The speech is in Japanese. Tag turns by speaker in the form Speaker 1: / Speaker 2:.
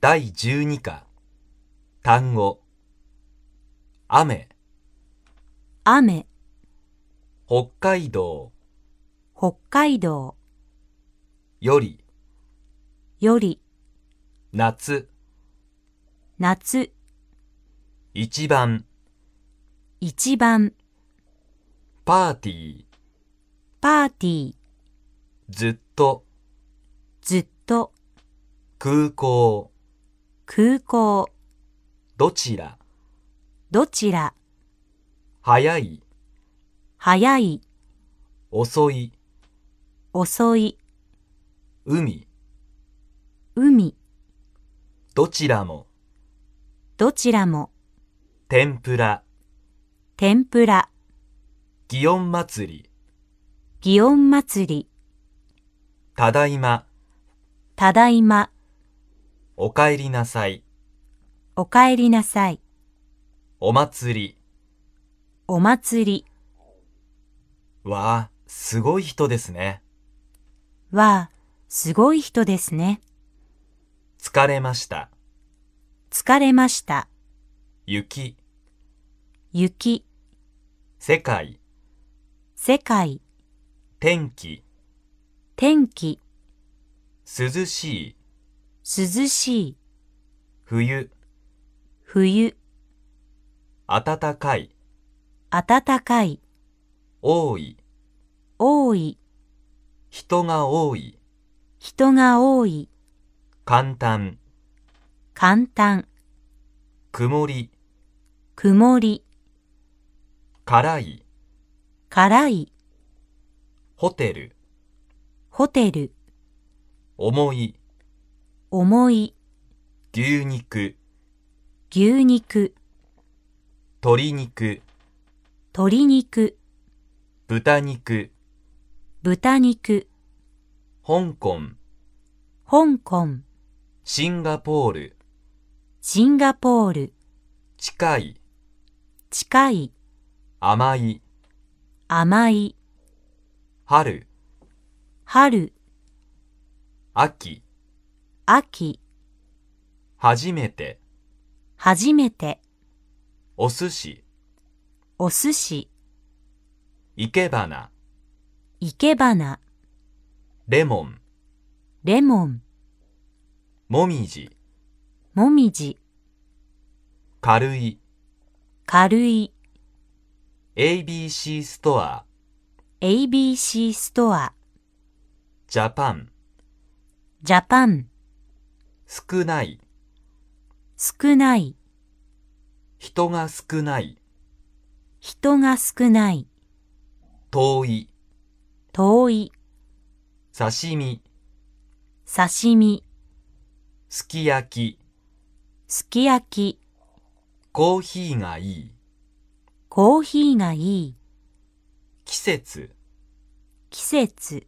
Speaker 1: 第12課単語雨
Speaker 2: 雨、
Speaker 1: 北海道
Speaker 2: 北海道、
Speaker 1: より
Speaker 2: より、
Speaker 1: 夏
Speaker 2: 夏、
Speaker 1: 一番
Speaker 2: 一番、
Speaker 1: パーティー
Speaker 2: パーティー、
Speaker 1: ずっと
Speaker 2: ずっと、
Speaker 1: 空港
Speaker 2: 空港、
Speaker 1: どちら
Speaker 2: どちら、
Speaker 1: 早い
Speaker 2: 早い、
Speaker 1: 遅い
Speaker 2: 遅い、
Speaker 1: 海
Speaker 2: 海、
Speaker 1: どちらも
Speaker 2: どちらも、
Speaker 1: 天ぷら
Speaker 2: 天ぷら、
Speaker 1: 祇園祭り
Speaker 2: 祇園祭り、
Speaker 1: ただいま
Speaker 2: ただいま、
Speaker 1: おかえりなさい
Speaker 2: お帰りなさい、
Speaker 1: お祭
Speaker 2: お祭
Speaker 1: りわあすごい人ですね
Speaker 2: り、は、すごい人ですね。
Speaker 1: 疲れました
Speaker 2: 疲れました、
Speaker 1: 雪
Speaker 2: 雪、
Speaker 1: 世界
Speaker 2: 世界、
Speaker 1: 天気
Speaker 2: 天気、
Speaker 1: 涼しい
Speaker 2: 涼しい、
Speaker 1: 冬
Speaker 2: 冬、
Speaker 1: 暖かい
Speaker 2: 暖かい、
Speaker 1: 多い
Speaker 2: 多い、
Speaker 1: 人が多い
Speaker 2: 人が多い、
Speaker 1: 簡単
Speaker 2: 簡単、
Speaker 1: 曇り
Speaker 2: 曇り、
Speaker 1: 辛い
Speaker 2: 辛い、
Speaker 1: ホテル
Speaker 2: ホテル、
Speaker 1: 重い
Speaker 2: 重い、
Speaker 1: 牛肉
Speaker 2: 牛肉、
Speaker 1: 鶏肉
Speaker 2: 鶏肉、
Speaker 1: 豚肉
Speaker 2: 豚肉、
Speaker 1: 香港
Speaker 2: 香港、
Speaker 1: シンガポール
Speaker 2: シンガポール、
Speaker 1: 近い
Speaker 2: 近い、
Speaker 1: 甘い
Speaker 2: 甘い、
Speaker 1: 春
Speaker 2: 春、
Speaker 1: 秋
Speaker 2: 秋、
Speaker 1: 初めて
Speaker 2: 初めて、
Speaker 1: お寿司
Speaker 2: お寿司、
Speaker 1: 生け花
Speaker 2: 生け花、
Speaker 1: レモン
Speaker 2: レモン、
Speaker 1: もみじ
Speaker 2: もみじ、
Speaker 1: 軽い
Speaker 2: 軽い、
Speaker 1: ABC ストア
Speaker 2: ABC ストア、
Speaker 1: ジャパン
Speaker 2: ジャパン、
Speaker 1: 少ない
Speaker 2: 少ない、
Speaker 1: 人が少ない
Speaker 2: 人が少ない、
Speaker 1: 遠い
Speaker 2: 遠い、
Speaker 1: 刺身
Speaker 2: 刺身、
Speaker 1: すき焼き
Speaker 2: すき焼き、
Speaker 1: コーヒーがいい
Speaker 2: コーヒーがいい、
Speaker 1: 季節
Speaker 2: 季節、